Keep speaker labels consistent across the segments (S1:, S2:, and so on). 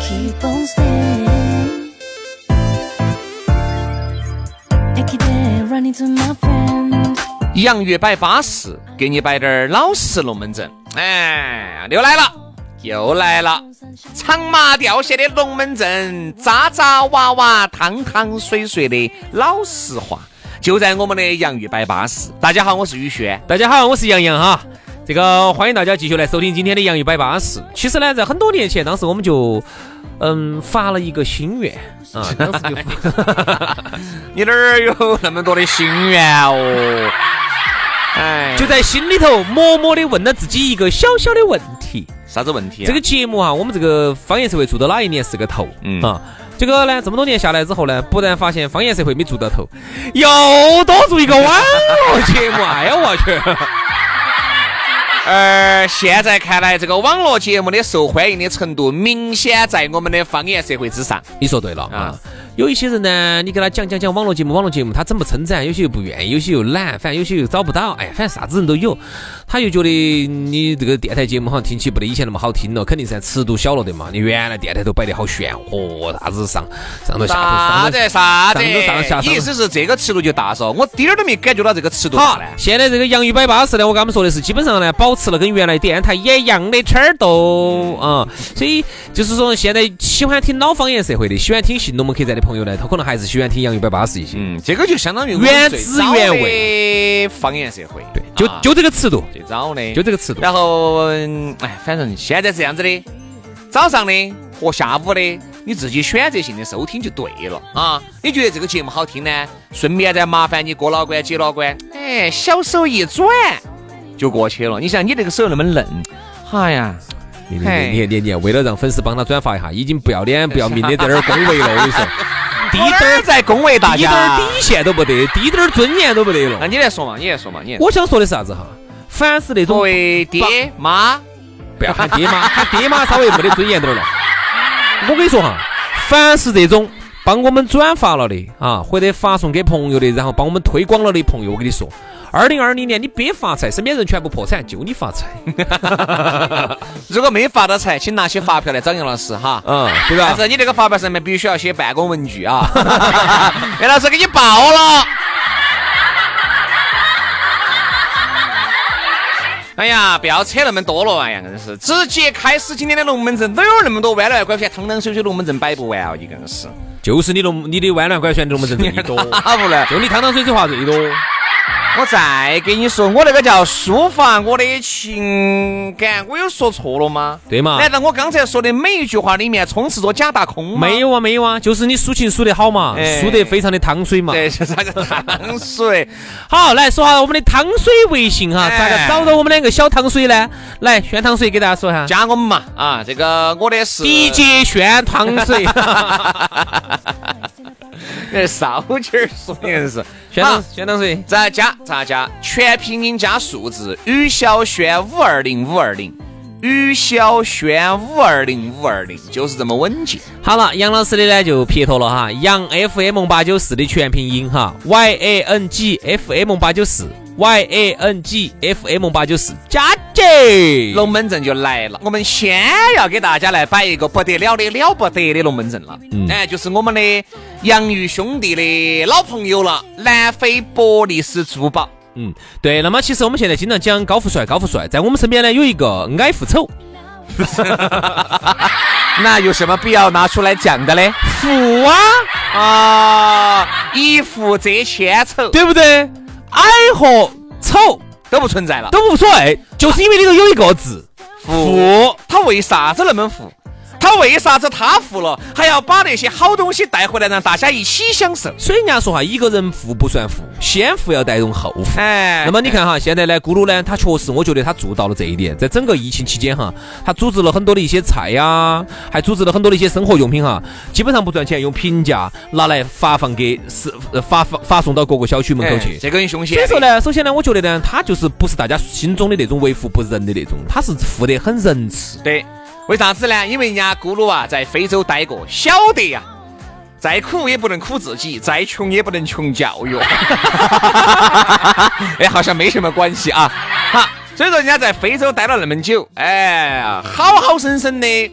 S1: keep on staying. Ekide, run into my friend.
S2: 洋芋摆巴适，给你摆点儿老实龙门阵。哎，又来了，又来了，长麻掉线的龙门阵，渣渣哇哇、汤汤水水的老实话，就在我们的洋芋摆巴适。大家好，我是宇轩。
S3: 大家好，我是杨洋哈。这个欢迎大家继续来收听今天的《洋芋摆巴士》。其实呢，在很多年前，当时我们就嗯发了一个心愿啊，当时就发
S2: 你哪儿有那么多的心愿 哦？哎，
S3: 就在心里头默默的问了自己一个小小的问题。
S2: 啥子问题啊？
S3: 这个节目哈、我们这个方言社会做到哪一年是个头？
S2: 嗯
S3: 啊，这个呢，这么多年下来之后呢，不但发现方言社会没做到头，又多做一个网络节目。
S2: 啊
S3: 哎呀，我去！
S2: 而呃现在看来，这个网络节目的受欢迎的程度，明显在我们的方言社会之上。
S3: 你说对了啊。有一些人呢，你给他讲讲讲网络节目，网络节目他整不称赞，有些又不愿意，有些又懒，反正有些又找不到，哎，反正啥子人都有。他又觉得你这个电台节目好像听起不得以前那么好听了，肯定是尺度小了的嘛。你原来电台都摆得好炫，哦，啥子上上头下头，
S2: 啥
S3: 上头
S2: 子啥子？
S3: 上头上下上
S2: 你意思是这个尺度就大嗦？我滴点儿都没感觉到这个尺度大
S3: 好
S2: 呢，。
S3: 现在这个洋芋摆巴士呢，我跟他们说的是，基本上呢保持了跟原来电台一样的圈儿斗啊，所以就是说现在喜欢听老方言社会的，喜欢听新龙门客栈的朋友呢，他可能还是喜欢听洋芋摆巴士一些。
S2: 嗯，这个就相当于
S3: 原汁原
S2: 味方言社会，
S3: 对，就
S2: 啊
S3: 就这个尺度，
S2: 最早的，
S3: 就这个尺度。
S2: 然后，嗯哎，反正现在是这样子的，早上的和下午的，你自己选择性的收听就对了啊。你觉得这个节目好听呢，顺便再麻烦你哥老倌、姐老倌，哎，小手一转就过去了。你想，你那个手那么嫩，哎呀，
S3: 你你你你你，为了让粉丝帮他转发一下，已经不要脸不要命的在那儿恭维了，我跟 你说，滴
S2: 我
S3: 点
S2: 哪儿
S3: 儿
S2: 在恭维大
S3: 滴点儿
S2: 家。哎
S3: 底线都不得，滴点儿尊严都不得
S2: 那
S3: 了。
S2: 你来说嘛，你来说嘛，你来说。
S3: 我想说的是啥子哈？凡是那
S2: 作
S3: 种
S2: 为爹妈，
S3: 不要喊爹妈， 喊爹妈稍微没得尊严点儿了。我跟你说哈，凡是这种帮我们转发了的啊，或者发送给朋友的，然后帮我们推广了的朋友，我跟你说，二零二零年你别发财，身边人全部破产，就你发财，
S2: 如果没发到财，请拿起发票来找杨老师哈。
S3: 嗯，对吧
S2: 但？是你这个发票上面必须要写办公文具啊，杨老师给你 报了。哎呀，不要扯那么多了，哎呀，真是直接开始今天的龙门阵，哪有那么多弯来拐去，汤汤水水龙门阵摆不完啊，一个人是。
S3: 就是你龙，你的弯弯拐旋龙门阵最 多，
S2: 打不来，
S3: 就你汤汤水水话最多。
S2: 我再给你说，我那个叫抒发我的情感，我有说错了吗？
S3: 对嘛
S2: 难道我刚才说的每一句话里面充斥着假大空吗？
S3: 没有啊，没有啊，就是你抒情抒得好嘛，
S2: 哎
S3: 抒、得非常的汤水嘛。
S2: 对，就是那个糖水。
S3: 好，来说下我们的汤水微信哈，
S2: 哎
S3: 咋个找到我们两个小汤水呢？来，宣汤水给大家说一下
S2: 加我们嘛啊！这个我的是
S3: ，DJ 宣汤水，
S2: 呃 少气儿说的是，
S3: 宣
S2: 好
S3: 汤，宣汤水，
S2: 咋加咋加？全拼音加数字，于小轩五二零五二零，于小轩五二零五二零，就是这么稳健。
S3: 好了，杨老师的呢就撇脱了哈，杨 FM 八九四的全拼音哈，Y A N G F M 八九四，Y A N G F M 八九四，加姐。
S2: 龙门阵就来了，我们先要给大家来摆一个不得了的了不得的龙门阵了。哎，就是我们的洋芋兄弟的老朋友了，南非伯利斯珠宝。
S3: 嗯，对。那么其实我们现在经常讲高富帅，高富帅，在我们身边呢有一个矮富丑，
S2: 那有什么必要拿出来讲的嘞？富啊啊，一富遮千丑，
S4: 对不对？矮和丑
S2: 都不存在了。
S4: 都无所谓，就是因为里头有一个字，
S2: 富，他为啥子那么富？他为啥子他富了，还要把那些好东西带回来，让大家一起享受？
S4: 所以人家说哈，一个人富不算富，先富要带动后富。
S2: 哎，
S4: 那么你看哈，现在呢，咕噜呢，他确实我觉得他做到了这一点，在整个疫情期间哈，他组织了很多的一些菜呀、还组织了很多的一些生活用品哈，基本上不赚钱，用平价拿来发放给是呃发发发送到各个小区门口
S2: 哎
S4: 去。
S2: 这个很凶险
S4: 所以
S2: 的。
S4: 说呢，首先呢，我觉得呢，他就是不是大家心中的那种为富不仁的那种，他是富得很仁慈。
S2: 对，为啥子呢？因为人家咕噜啊在非洲待过，晓得呀、再苦也不能苦自己，再穷也不能穷教育。 哎，好像没什么关系啊。哈，所以说人家在非洲待了那么久，哎，好好生生的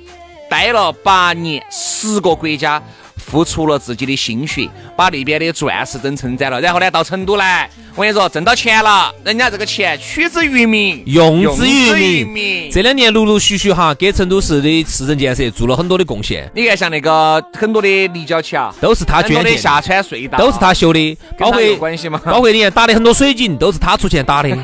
S2: 待了八年，十个国家。付出了自己的心血，把那边的钻石真称赞了，然后呢，到成都来，我跟你说，挣到钱了，人家这个钱取之于民，
S4: 用之
S2: 用
S4: 于民。
S2: 民
S4: 这两年陆陆续续哈，给成都市的市政建设做了很多的贡献，
S2: 你看，像那个很多的立交桥，
S4: 都是他
S2: 很多
S4: 捐
S2: 的
S4: 建的，
S2: 下川隧道，啊
S4: 都是他修的，包括
S2: 有关系吗
S4: 包括你看打的很多水井，都是他出钱 打的。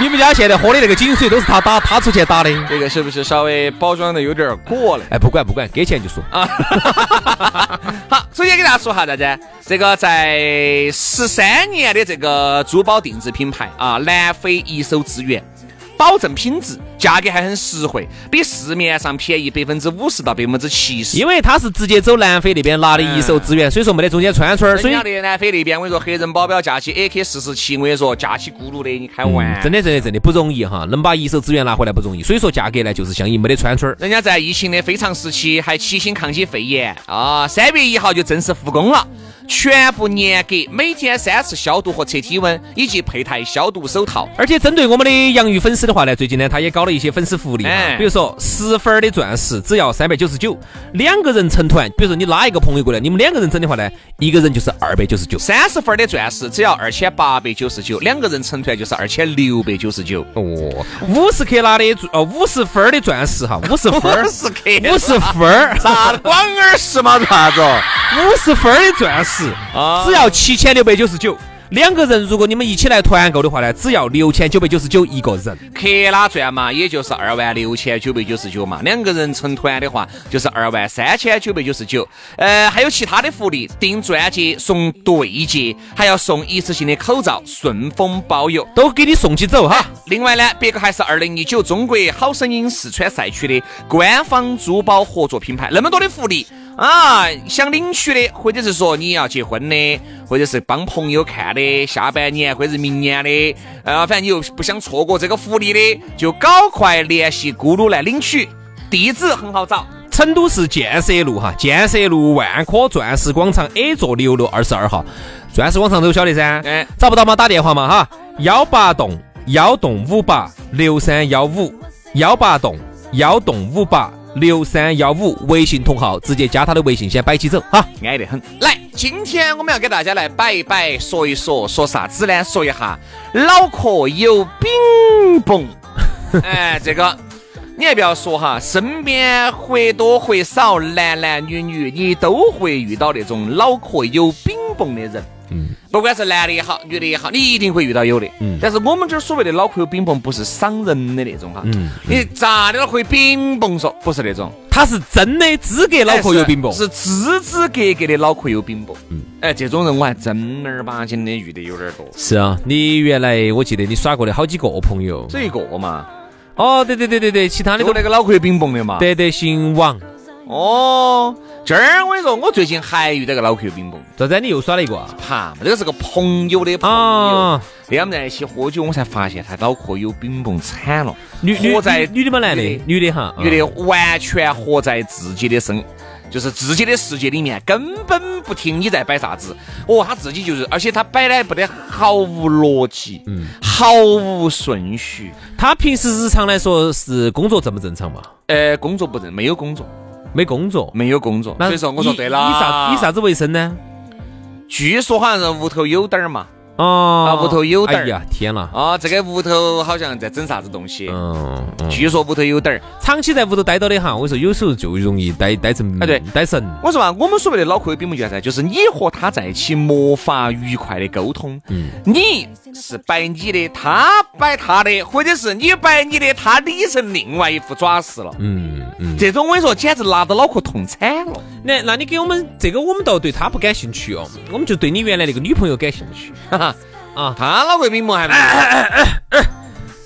S4: 你们家现在喝的那个井水都是他打，他出钱打的。
S2: 这个是不是稍微包装的有点过了？
S4: 哎，不管不管，给钱就说。
S2: 啊好，首先给大家说哈啥子？这个在十三年的这个珠宝定制品牌啊，南非一手资源。保证品质，价格还很实惠，比市面上便宜百分之五十到百分之七十。
S4: 因为他是直接走南非那边拿的一手资源，所以说没得中间穿穿儿，所
S2: 哎人
S4: 以
S2: 家的南非那边，我跟你说，黑人保镖架起 AK 四十七，我跟你说，架起咕噜的，你开玩、
S4: 真的真的真的不容易哈，能把一手资源拿回来不容易，所以说价格呢就是相应没得穿穿儿。
S2: 人家在疫情的非常时期还齐心抗击肺炎啊！三月一号就正式复工了，全部严格，每天三次消毒和测体温，以及佩戴消毒手套。
S4: 而且针对我们的洋芋粉丝的话呢，最近呢，他也搞了一些粉丝福利啊
S2: 哎，
S4: 比如说十分儿的钻石只要三百九十九，两个人成团，比如说你拉一个朋友过来，你们两个人整的话呢，一个人就是二百九十九。
S2: 三十分的钻石只要二千八百九十九，两个人成团就是二千六百九十九。
S4: 哦，五十克拉的钻哦，五十分儿的钻石哈，五十分儿，
S2: 50克
S4: 五十分儿，
S2: 啥子广耳石嘛？啥子？
S4: 五十分儿的钻石
S2: 啊
S4: 只要七千六百九十九。两个人，如果你们一起来团购的话呢，只要六千九百九十九一个人。
S2: 克拉钻嘛，也就是二万六千九百九十九嘛，两个人成团的话就是二万三千九百九十九。呃，还有其他的福利，订钻戒送对戒，还要送一次性的口罩，顺丰包邮。
S4: 都给你送起走哈。
S2: 另外呢，别个还是二零一九中国好声音四川赛区的官方珠宝合作品牌，那么多的福利啊！想领取的，或者是说你要结婚的，或者是帮朋友看的，下半年或者是明年的，呃，反正你又不想错过这个福利的，就赶快联系咕噜来领取，地址很好找。
S4: 成都市建设路哈，建设路万科钻石广场 A 座六楼二十二号，钻石广场都晓得噻。
S2: 哎
S4: 找不到嘛，打电话嘛哈，幺八栋幺栋五八六三幺五，幺八栋幺栋五八六三幺五，微信同号直接加他的微信，先摆起走哈。
S2: 安得很。来，今天我们要给大家来摆一摆，说一说，说啥子呢？说一下脑壳有冰 崩。哎，这个你还不要说哈，身边或多或少，男男女女，你都会遇到那种脑壳有冰崩的人。嗯，不管是男的也好，女的也好，你一定会遇到有的。嗯，但是我们这儿所谓的脑壳有冰崩，不是伤人的那种哈。嗯，你咋的脑壳有冰崩说，不是那种。
S4: 他是真的资格脑壳有冰崩，
S2: 哎是是支支格格的脑壳有冰崩。嗯，哎，这种人我还真儿八经的遇得有点多，
S4: 是啊，你原来我记得你耍过的好几个朋友。
S2: 只有一个嘛，
S4: 哦，对对对对对，其他的
S2: 有
S4: 都
S2: 那个脑壳有冰崩的嘛。，
S4: 德德行网，
S2: 哦，今儿我跟你说，我最近还遇到个脑壳有冰崩，
S4: 咋子？你又耍了一个啊？
S2: 哈，这个是个朋友的朋友
S4: 啊，
S2: 那我们在一起喝酒，我才发现他脑壳有冰崩惨了，
S4: 女女
S2: 活在
S4: 女女的嘛，男的
S2: 女的，
S4: 女的哈，
S2: 女的完全活在自己的生，就是自己的世界里面，根本不听你在摆啥子。哦，她自己就是，而且她摆的不得毫无逻辑，嗯，毫无顺序。
S4: 嗯，她平时日常来说是工作正不正常嘛？
S2: 呃，工作不认，没有工作，
S4: 没工作，
S2: 没有工作。
S4: 那
S2: 所以说，我说
S4: 以
S2: 对了。
S4: 以啥以啥？子为生呢？
S2: 据说好像是屋头有点儿嘛，啊
S4: 啊
S2: 屋头有点儿
S4: 哎呀，天呐，
S2: 啊，这个屋头好像在整啥子东西，
S4: 嗯，嗯
S2: 据说屋头有点儿。
S4: 长期在屋头待到的哈，我跟你说有时候就容易呆呆成
S2: 哎对
S4: 呆神。
S2: 我说嘛，我们所谓的脑壳有比目叫啥？就是你和他在一起没法愉快的沟通。嗯，你是摆你的，他摆他的，或者是你摆你的，他理成另外一副爪式了。
S4: 嗯嗯，
S2: 这种我跟你说，简直拿到脑壳痛惨了。
S4: 那那你给我们这个，我们倒对他不感兴趣哦，我们就对你原来那个女朋友感兴趣。
S2: 哈哈，
S4: 啊
S2: 他脑壳比目还没有。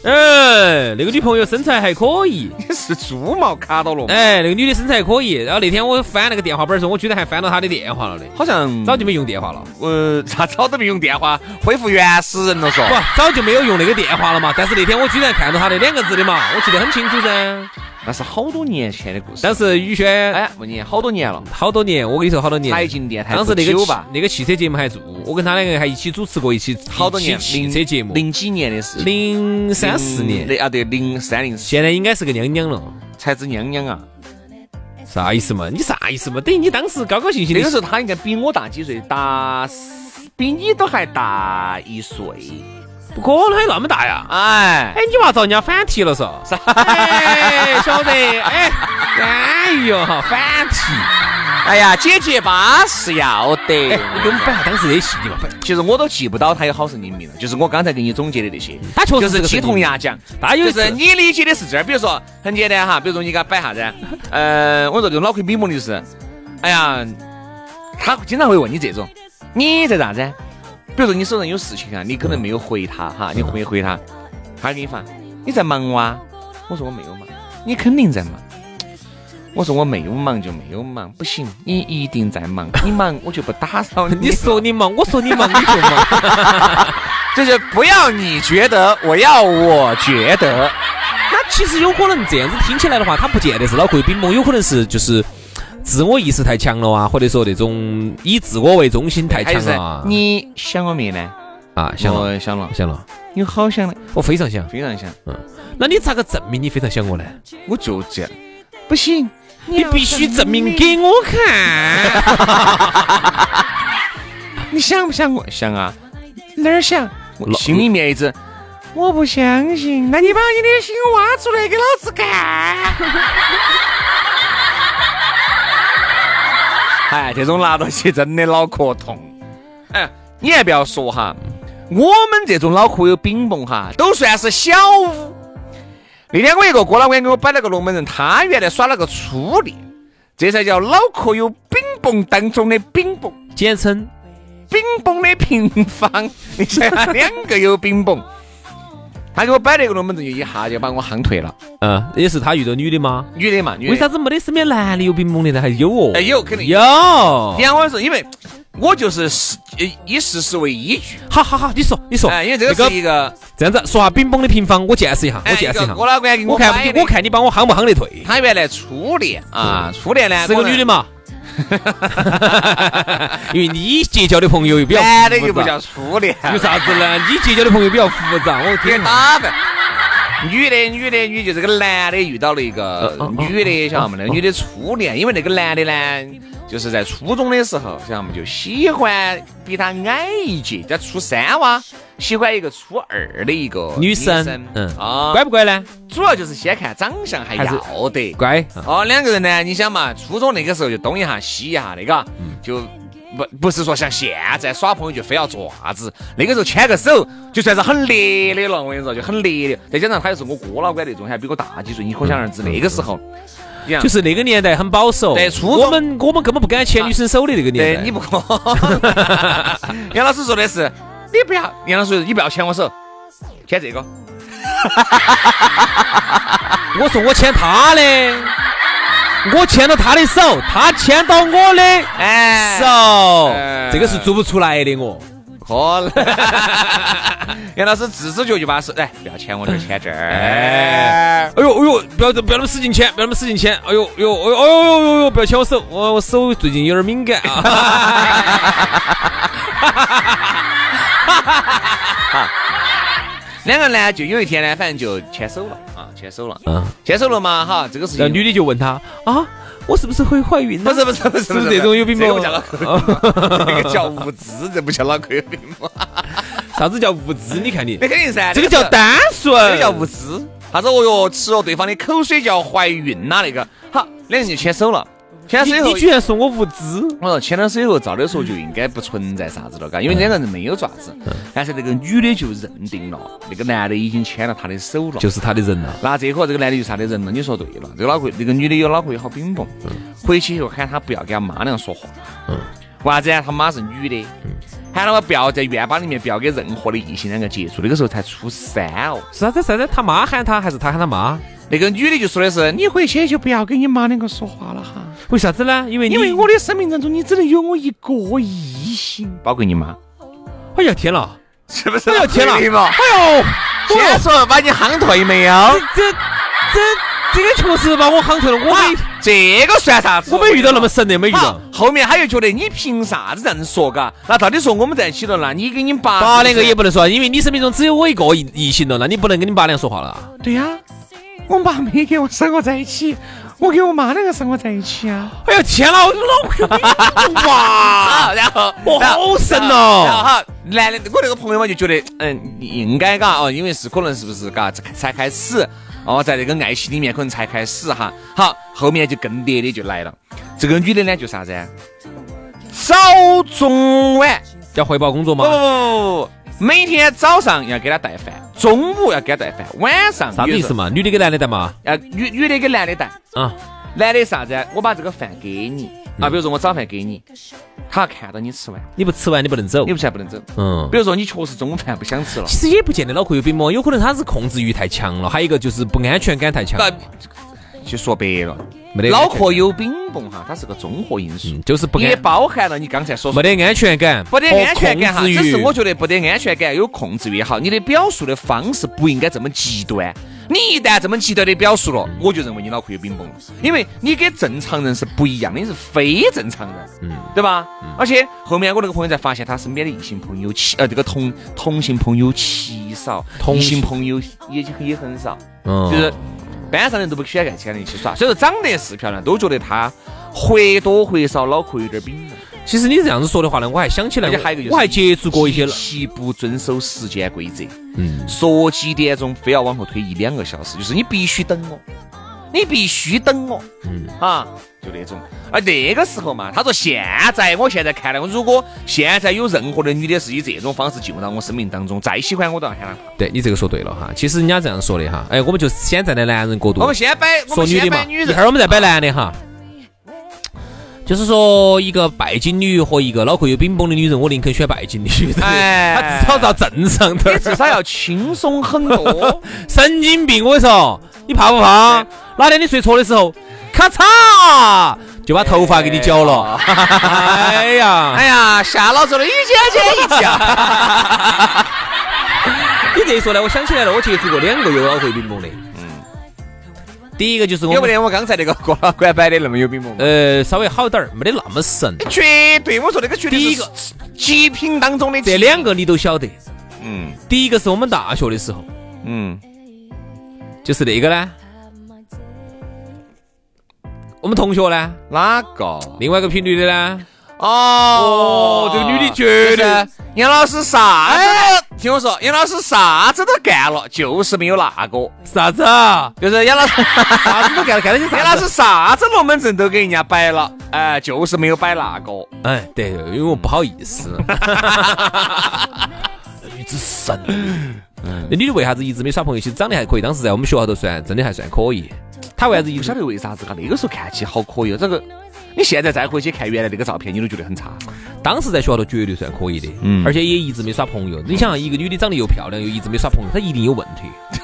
S4: 哎，那个女朋友身材还可以，
S2: 你是猪毛卡到了？哎，
S4: 哎，那个女的身材可以。然后那天我翻那个电话本儿的时候，我居然还翻到她的电话了的，
S2: 好像
S4: 早就没用电话了，
S2: 呃，咋早都没用电话恢复原始人了嗦
S4: 不？，早就没有用那个电话了嘛。但是那天我居然看到她的两个字的嘛，我记得很清楚噻。
S2: 那是好多年前的故事。
S4: 当时宇轩，
S2: 哎，问你好多年了，
S4: 好多年，我跟你说好多年，
S2: 财经电台
S4: 当时那个
S2: 不久
S4: 汽
S2: 吧
S4: 那个汽车节目还做，我跟他两个还一起主持过一期
S2: 好多年
S4: 一期汽车节目，
S2: 零几年的事情，
S4: 零三四年，
S2: 那啊对，零三零四
S4: 现在应该是个娘娘了，
S2: 才子娘娘啊，
S4: 啥意思嘛？你啥意思嘛？等于你当时高高兴兴
S2: 那
S4: 的
S2: 个时候她应该比我大几岁，大四比你都还大一岁，
S4: 不可能有那么大呀！
S2: 哎
S4: 哎，，你娃遭人家反题了嗦？啥？哎，晓得？哎，哎呦哈，反题！
S2: 哎呀，姐姐巴适要得
S4: 哎，。我给我们摆下当时的戏嘛，摆
S2: 其实我都记不到她有好生灵敏了，就是我刚才给你总结的那些，
S4: 他确实
S2: 就是是
S4: 个
S2: 鸡
S4: 神经
S2: 同鸭讲，
S4: 他有一
S2: 就
S4: 次
S2: 是你理解的是这儿，比如说很简单哈，比如说你给他摆啥 子啊？呃，我说这种脑壳比目的就是，哎呀，他经常会问你这种，你在咋子啊？比如说你手上有事情啊，你可能没有回他哈，你回回他，他给你发，你在忙哇？我说我没有忙，你肯定在忙。我说我没有忙就没有忙，不行，你一定在忙，你忙我就不打扰你。
S4: 你说你忙，我说你忙，你就忙。
S2: 就是不要你觉得，我要我觉得。
S4: 那其实有可能这样子听起来的话，他不见得是脑壳有冰崩，有可能是就是自我意识太强了啊，或者说那种以自我为中心太
S2: 还有
S4: 强
S2: 哎是
S4: 了啊。
S2: 你哦想我没呢？
S4: 啊，想了，
S2: 我想了，
S4: 想了，
S2: 有好想的，
S4: 我非常想。
S2: 非常想。
S4: 那你咋个证明你非常想我呢？
S2: 我就这样，不行，
S4: 你必须证明给我看。
S2: 你想不想我？想啊，哪儿想？我
S4: 老
S2: 心里面一直，我不相信。那你把你的心挖出来给老子看！ 哎，这种拿到起真的脑壳痛。哎，你还不要说哈，我们这种脑壳有饼蹦哈，都算是小巫。那天我一个哥老倌给我摆了个龙门阵，他原来耍了个初恋，这才叫脑壳有饼蹦当中的饼蹦。
S4: 简称
S2: 冰崩的平方，你想想两个有冰崩，他给我摆了一个龙门阵，就一下就把我夯退了。
S4: 嗯，也是他遇到女的吗？
S2: 女的嘛，女的。
S4: 为啥？子没得身边男的有冰崩的呢？还有哦，
S2: 哎有肯定
S4: 有。
S2: 你看我说，因为我就是事呃以事实为依据，
S4: 好好好，你说你说，
S2: 哎，因为这个是一个，
S4: 这样子说下冰崩的平方，我见识一下，我
S2: 哎，
S4: 见识一下。
S2: 我老倌给
S4: 我看
S2: 看
S4: 你，我看你帮我夯不夯得退？
S2: 他原来初恋啊，初恋呢
S4: 是个女的
S2: 嘛，
S4: 嘛？因为你结交的朋友又比较
S2: 男的就不
S4: 复杂
S2: 叫初恋，
S4: 有啥子呢？你结交的朋友比较复杂，我
S2: 你
S4: 天
S2: 看
S4: 哪！
S2: 他们。女的，女的，女就是这个男的遇到了一个
S4: 呃
S2: 女的，晓得没？那个女的初恋，因为那个男的呢，就是在初中的时候，晓得没？就喜欢比他矮一截，在初三哇，喜欢一个初二的一个
S4: 女
S2: 生
S4: 生，，嗯
S2: 啊，
S4: 乖不乖呢？
S2: 主要就是先看长相还
S4: 还是
S2: 要得，
S4: 乖。
S2: 哦，两个人呢，你想嘛，初中那个时候就东一下西一下那个，
S4: 嗯
S2: 就不不是说像现在耍朋友就非要做啥子，那个时候牵个手就算是很烈的了，我跟你说就很烈的。再加上他又是我哥老倌那种，还比我大几岁，你可想而知那个时候，你想
S4: 就是那个年代很保守，
S2: 对初中
S4: 我们我们根本不敢牵女生手的那个年
S2: 对
S4: 代。
S2: 你不可。 杨老师说的是，你不要，杨老师说你不要牵我手，牵这个。
S4: 我说我牵她的，我牵到她的手，她牵到我的
S2: 哎，
S4: 啊手
S2: 哎，
S4: 这个是做不出来的我。
S2: 可能。 杨老师自知觉就把手，哎，不要牵我这儿，牵这儿。
S4: 哎哎呦哎呦，不要不要那么使劲牵，不要那么使劲牵。哎呦哎呦哎呦哎呦哎呦哎呦，不要牵我手，我我手最近有点敏感 啊。
S2: 两个人呢，就有一天呢，反正就牵手了啊，牵手了，
S4: 嗯
S2: 牵手了嘛，哈，这个事
S4: 然后
S2: 情。
S4: 女的就问他啊，我是不是会怀孕呢？
S2: 不是不是不是
S4: 是不是这种有病
S2: 这个
S4: 吗
S2: 不叫脑壳有病吧，这个叫无知，这不叫脑壳有病吧？
S4: 啥子叫无知？你看你
S2: 那肯定噻，
S4: 这个
S2: 那
S4: 叫
S2: 是
S4: 单纯，
S2: 这个叫无知。啥子哦哟，吃了对方的口水就要怀孕啦，那个好，两人就牵手了，牵手以
S4: 你
S2: 后
S4: 你。居然说我无知，
S2: 我说牵了手以后，照理说就应该不存在啥子了，嘎，因为两个人没有爪子。但是那个女的就认定了，那个男的已经牵了她的手了。
S4: 就是他的人了。
S2: 那这会儿这个男的就是他的人了，你说对了。这个老贵，这个女的有脑壳有好冰崩，回去以后喊他不要跟他妈那样说话。
S4: 嗯
S2: 为啥子呢？他妈是女的，喊他妈不要在院坝里面不要跟任何的异性两个接触。那个时候才初三哦。
S4: 是啥子啥子？他妈喊他还是他喊他妈？
S2: 那个女的就说的是，你回去就不要跟你妈两个说话了哈，
S4: 为啥子呢？因为你
S2: 因为我的生命当中你只能有我一个异性，包括你妈，
S4: 哎呀天呐，
S2: 是不是？
S4: 哎呦天哪
S2: 对嘛
S4: 哎呦，
S2: 先说把你夯退没有？
S4: 这这这个确实把我夯退了，我没
S2: 这个算啥子？
S4: 我没遇到那么神的，没遇
S2: 好
S4: 到。，
S2: 后面他又觉得你凭啥子这样子说嘎？那到底说我们在一起了那你跟你爸
S4: 爸两个也不能说，因为你生命中只有我一个异异性了，那你不能跟你爸俩说话了。
S2: 对呀、我爸没跟我生活在一起，我跟我妈那个生活在一起啊。
S4: 哎呀天哪，我老哇！
S2: 啊，然后
S4: 我
S2: 然后
S4: 好神
S2: 然后
S4: 哦！
S2: 哈，男的，我那个朋友嘛就觉得，嗯，应该嘎哦，因为是可能是不是嘎，才才开始哦，在这个爱情里面可能才开始哈。好，后面就更烈的就来了，这个女的呢就啥子啊？早中晚，
S4: 要汇报工作
S2: 不不
S4: 吗？
S2: 不不不，每天早上要给她带饭，中午要给她带饭，晚上
S4: 啥子意思？嘛？女的给男的带嘛？
S2: 呃，女女的给男的带，
S4: 啊，
S2: 男的啥子啊？我把这个饭给你啊，比如说我早饭给你，他要看到你吃完，
S4: 你不吃完你不能走
S2: 你。不吃还不能走。
S4: 嗯
S2: 比，如说你确实中午饭不想吃了。
S4: 其实也不见得脑壳有病嘛，有可能他是控制欲太强了，还有一个就是不安全感太强，
S2: 那就说白了，
S4: 没得
S2: 脑壳有冰崩哈，它是个综合因素
S4: 嗯，就是不
S2: 也
S4: 安，
S2: 包含了你刚才所说
S4: 没得安全感，
S2: 不得安全感哈。
S3: 哦
S4: 和控制
S2: 只
S4: 欲
S2: 是我觉得不得安全感有控制欲也好，你的表述的方式不应该这么极端。你一旦这么极端的表述了，我就认为你脑壳有冰崩了，因为你跟正常人是不一样的，你是非正常人，嗯，对吧？而且后面我那个朋友才发现，他身边的异性朋友极呃这个同同性朋友极少，
S4: 同
S2: 异性
S4: 性
S2: 朋友也也很少，
S4: 嗯
S2: 就是班上人都不喜欢跟其他人一起耍，虽然说长得是漂亮，都觉得她或多或少脑壳有点冰。
S4: 其实你这样子说的话呢，我还想起来，
S2: 而且还有一个就是
S4: 我还接触过一些了，
S2: 极其不遵守时间规则，
S4: 嗯，
S2: 说几点钟非要往后推一两个小时，就是你必须等我，你必须等我，嗯啊，就那种。啊，那个时候嘛，他说现在，我现在看来，我如果现在有任何的女的是以这种方式进入到我生命当中，再喜欢我都要喊她怕。
S4: 对你这个说对了哈。其实人家这样说的哈，哎，我们就先站在男人角度
S2: 我们先摆，我
S4: 说
S2: 们
S4: 女
S2: 先
S4: 的
S2: 摆
S4: 嘛，
S2: 女
S4: 一会
S2: 人。
S4: 儿我们再摆男的哈。就是说，一个拜金女和一个脑壳有冰崩的女人，我宁肯选拜金女的，
S2: 哎
S4: 她至少到正常
S2: 你
S4: 点儿。
S2: 至少要轻松很 多。
S4: 神经病，我跟你说，你怕不怕
S2: 对？
S4: 哪天你睡错的时候，咔嚓就把头发给你绞了。哎呀，
S2: 哎呀，吓老子了，一千减一脚。
S4: 你这一说呢，我想起来了，我接触过两个有脑壳有冰崩的。嗯，第一个 就是我
S2: 有没
S4: 们
S2: 得我刚才那个 过老倌摆的那么有冰崩？
S4: 呃稍微好点儿，没得那么神。
S2: 嗯绝对，我说那个绝对
S4: 第一
S2: 是
S4: 个
S2: 极品当中的极
S4: 这两个你都晓得，
S2: 嗯
S4: 第一个是我们大学的时候，
S2: 嗯，
S4: 就是那个呢，我们同学呢，
S2: 哪个？
S4: 另外一个品女的呢，
S2: 哦
S4: 哦这个女的绝对
S2: 就是杨老师啥子都？听我说，杨老师啥子都干了，就是没有那个。
S4: 啥子啊？
S2: 就是杨老师，
S4: 啥子都干了，干了些
S2: 杨
S4: 啥
S2: 老
S4: 子？
S2: 师啥子龙门阵都给人家摆了，哎、就是没有摆那个。
S4: 哎，对，因为我不好意思。 一只神，那嗯女的为啥子一直没耍朋友？其实长得还可以，当时在我们学校头算真的还算可以。她为啥子一
S2: 不
S4: 直
S2: 晓得为啥子啊，那个时候看起好可以哦，这个你现在再回去看原来那个照片，你都觉得很差。
S4: 当时在学校头绝对算可以的，
S2: 嗯
S4: 而且也一直没耍朋友。你想，一个女的长得又漂亮，又一直没耍朋友，她一定有问题，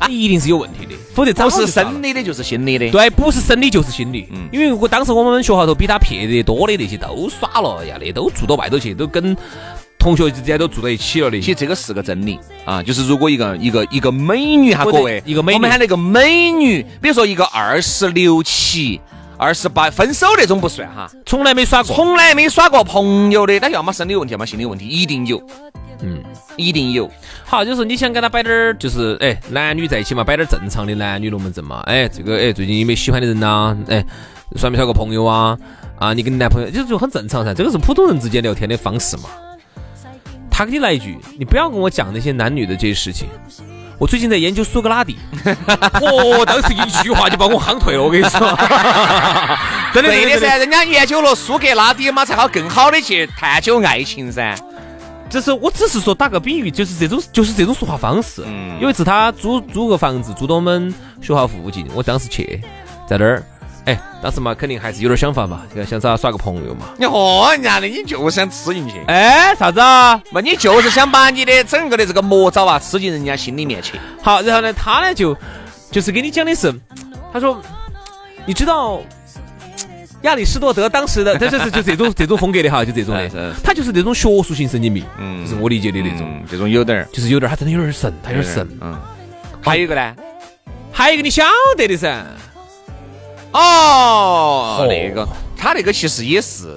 S4: 她一定是有问题的，否则早
S2: 不
S4: 就是散了
S2: 生理的，就是心理的。
S4: 对，不是生理就是心理，因为我当时我们学校头比她撇得多的那些都耍了哎呀，那都住到外头去，都跟同学之间都住到一起了的
S2: 其。实这个是个真理啊，就是如果一个一个一个美女哈，
S4: 或
S2: 各
S4: 者
S2: 位，
S4: 一个美女
S2: 我们喊那个美女，比如说一个二十六七、二十八，分手那种不算哈，
S4: 从来没耍过。
S2: 从来没耍过朋友的，她要么生理问题，要么心理问题，一定有，
S4: 嗯，
S2: 一定有。
S4: 好，就是你想跟他摆点儿，就是哎，男女在一起嘛，摆点儿正常的男女龙门阵嘛。哎，这个哎，最近有没有喜欢的人呐、哎，耍没耍过朋友啊？啊，你跟你男朋友，这就很正常噻，这个是普通人之间聊天的方式嘛。他给你来一句，你不要跟我讲那些男女的这些事情。我最近在研究苏格拉底，哦，当时一句话就把我夯退了，我跟你说，真的
S2: 对的
S4: 真
S2: 噻，人家研究了苏格拉底嘛，才好更好的去探究爱情噻。
S4: 就是我只是说打个比喻，就是这种就是这种说话方式。有一次他租租个房子，租到我们学校附近，我当时去在那儿，哎，当时嘛肯定还是有点想法嘛，就想找他耍个朋友嘛。
S2: 你嚯，人家的你就是想吃进去，
S4: 哎，啥子啊？
S2: 嘛，你就是想把你的整个的这个魔爪啊吃进人家心里面去。
S4: 好，然后呢，他呢就就是跟你讲的是，他说，你知道亚里士多德当时的，这这这就这种这种风格的哈，就这种
S2: 哎是
S4: 的，他就是那种学术型神经病，嗯，就是我理解的那种，，
S2: 这种有点儿，
S4: 就是有点儿他真的有点儿神，他有点儿神。
S2: 嗯，还有一个呢，
S4: 还有一个你晓得的噻，
S2: 哦，那个他那个其实也是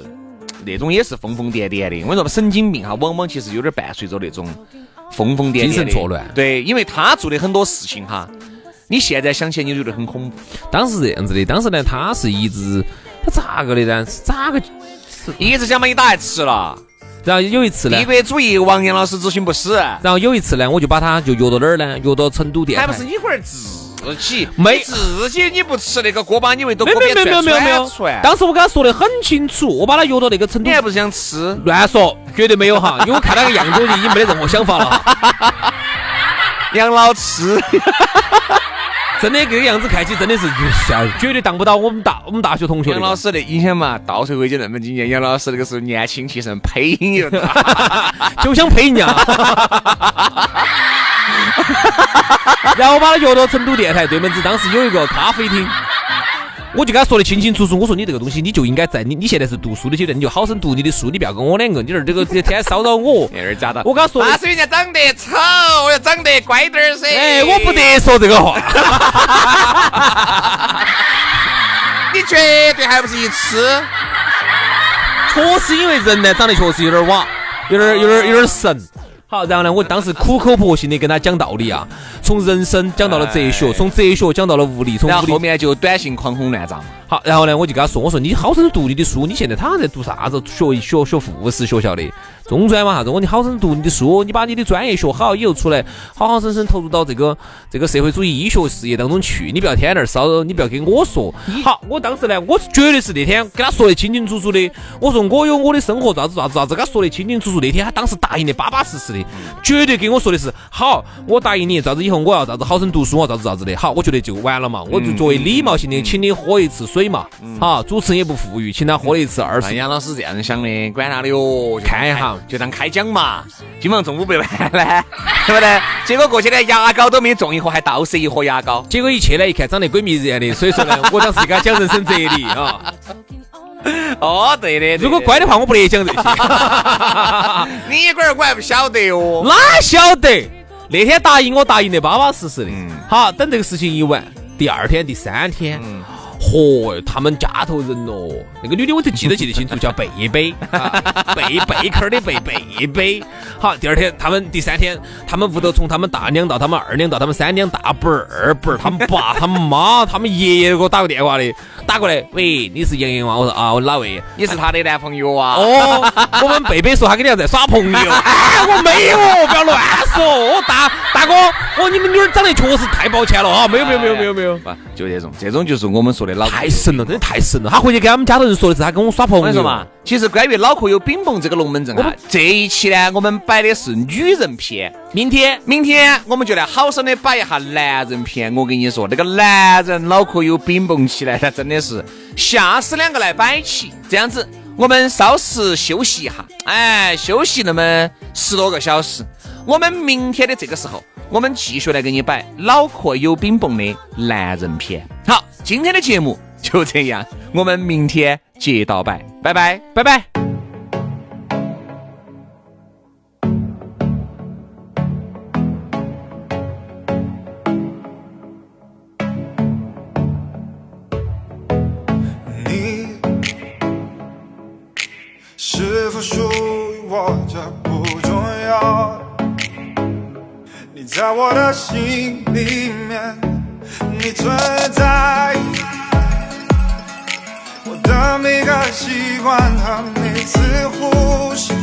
S2: 那种也是疯疯癫癫的。我跟你说嘛，神经病哈，往往其实有点伴随着那种疯疯癫癫的
S4: 精神错乱
S2: 对，因为他做的很多事情哈，你现在想起来你就觉得很恐怖。
S4: 当时这样子的，当时呢他是一直他咋个的呢？是咋个？
S2: 一直想把你打来吃了，
S4: 然后有一次呢
S2: 帝，国主义王阳老师执行不死，
S4: 然后有一次呢，我就把他就约到哪儿呢？约到成都电
S2: 还
S4: 台。
S2: 不是你龟儿自己
S4: 没
S2: 你自己你不吃那个锅巴，你为都
S4: 没
S2: 锅
S4: 有没
S2: 边
S4: 有没有没有没有
S2: 窜，
S4: 当时我跟他说的很清楚，我把他约到那个成都
S2: 你。还不是想吃？
S4: 乱说，绝对没 有哈，因为我看他个样子，我就已经没得任何想法了。
S2: 养老吃，
S4: 真的这个样子看起，真的是哎绝对当不到我们大我们大学同学
S2: 杨
S4: 那
S2: 老
S4: 个。
S2: 师的影响嘛，倒退回去那么几年，杨老师那个时候年轻气盛，配音又大，
S4: 就想陪你啊。然后我把他约到成都电台对门子，当时有一个咖啡厅，我就跟他说的清清楚楚，我说你这个东西你就应该在你你现在是读书的阶段，你就好生读你的书，你不要跟我两个，你这儿这个天天骚扰 我。
S2: 那儿咋的？
S4: 我跟他说的
S2: 那是人家长得丑，我要长得乖点儿噻。
S4: 哎，我不，得说这个话。
S2: 你绝对还不是一吃。
S4: 确实因为人呢长得确实有点瓦，有点有点有点神。好，然后呢，我当时苦口婆心的跟他讲道理啊，从人生讲到了哲学，从哲学讲到了物理，从
S2: 然后
S4: 物
S2: 后
S4: 理。
S2: 面就短信狂轰滥炸 嘛。
S4: 好，然后呢，我就跟他说，我说你好生读你的书，你现在他在读啥子？学学学护士学校的中专嘛啥子？我说你好生读你的书，你把你的专业学好，以后出来好好生生投入到这个这个社会主义医学事业当中去，你不要天天在那儿骚扰，你不要跟我说。好，我当时呢，我绝对是那天跟他说的清清楚楚的，我说我有我的生活咋子咋子咋子，跟他说的清清楚楚。那天他当时答应的巴巴适适的，绝对跟我说的是好，我答应你咋子以后我要咋子好生读书啊，咋子咋子的。好，我觉得就完了嘛，我就作为礼貌性的请你喝一次水嘛。好，主持人也不富裕，请他喝了一次二
S2: 那
S4: 十。
S2: 哎杨老师这样想的，管他的哟，就
S4: 看一下
S2: 就当开奖嘛。今晚中午被完呢， 对不对？结果过去呢，牙膏都没中一盒，还倒射一盒牙膏。
S4: 结果一去呢，一看长得鬼迷日眼的，所以说呢，我当时给他讲人生哲理啊。
S2: 哦，对的。对的
S4: 如果，乖的话，我不得讲这些。
S2: 你龟儿我还不晓得哦哟。
S4: 哪晓得？那天答应我答应得巴巴适适的。好，等这个事情一完，第二天、第三天，嚯、他们家头人哦，那个女的我就记得记得清楚，叫贝贝，啊贝贝壳儿的贝贝贝。好，第二天他们第三天，他们屋头从他们大娘到他们二娘到他们三娘大伯儿、二伯儿，他们爸、他们妈、他们爷爷给我打个电话的，打过来，喂，你是杨洋吗？我说啊，我是哪位？
S2: 你是她的男朋友啊？
S4: 哦，我们贝贝说他跟你要在耍朋友，哎，我没有，不要乱说。我大大哥，我哦你们女儿长得确实太抱歉了啊，没有没有没有没有没有，
S2: 不，就这种，这种就是我们说的脑壳
S4: 哎太神了，真的太神了。他回去跟他们家头人说的是他跟我耍朋友。
S2: 我跟你说嘛，，其实关于脑壳有冰崩这个龙门阵
S4: 我
S2: 啊
S4: 们，
S2: 这一期呢，我们摆的是女人篇。
S4: 明天
S2: 明天我们就来好生的摆一下男人篇。我跟你说，那个男人脑壳有冰崩起来，那真的是下死两个来摆起。这样子，我们稍时休息一下，哎，休息那么十多个小时。我们明天的这个时候，我们继续来给你摆脑壳有冰崩的男人篇。好，今天的节目就这样，我们明天接到摆，拜拜。
S4: 拜拜。
S5: 你是否属于我，这不重要。你在我的心里面，你存在。我的每个习惯和每次呼吸，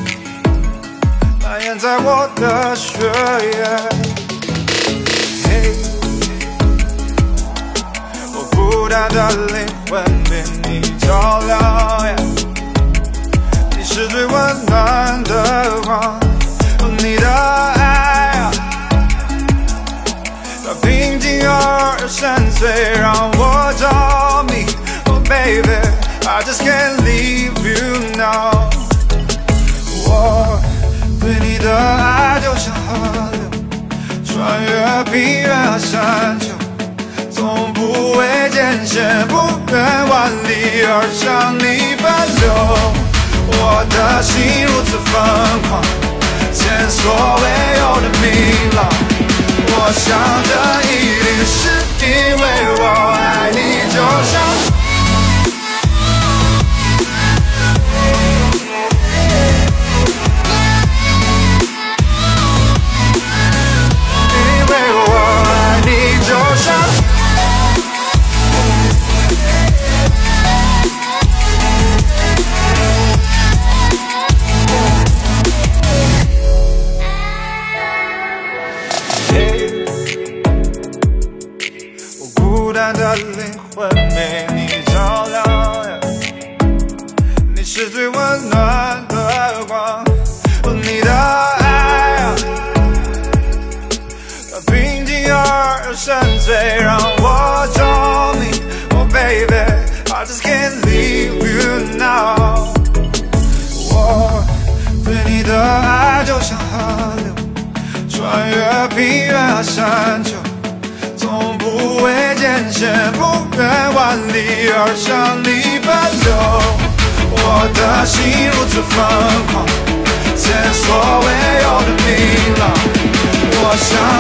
S5: 蔓延在我的血液。嘿，我孤单的灵魂被你照亮，耶你是最温暖的光，你的爱啊。它平静而深邃，让我着迷。Oh baby, I just can't leave you now。我对你的爱就像河流，穿越平原和山丘，从不畏艰险，不远万里而向你奔流。我的心如此疯狂，前所未有的明朗。我想这一定是因为我爱你，就像。因为我爱你，就像。我孤单的灵魂被你照亮，你是最温暖的光，你的爱、啊。平静而深邃，让我着迷。Oh baby, I just can't leave you now。我对你的爱就像河流，穿越平原和山丘，从不畏艰险，不远万里而向你奔流。我的心如此疯狂，前所未有的明朗。我想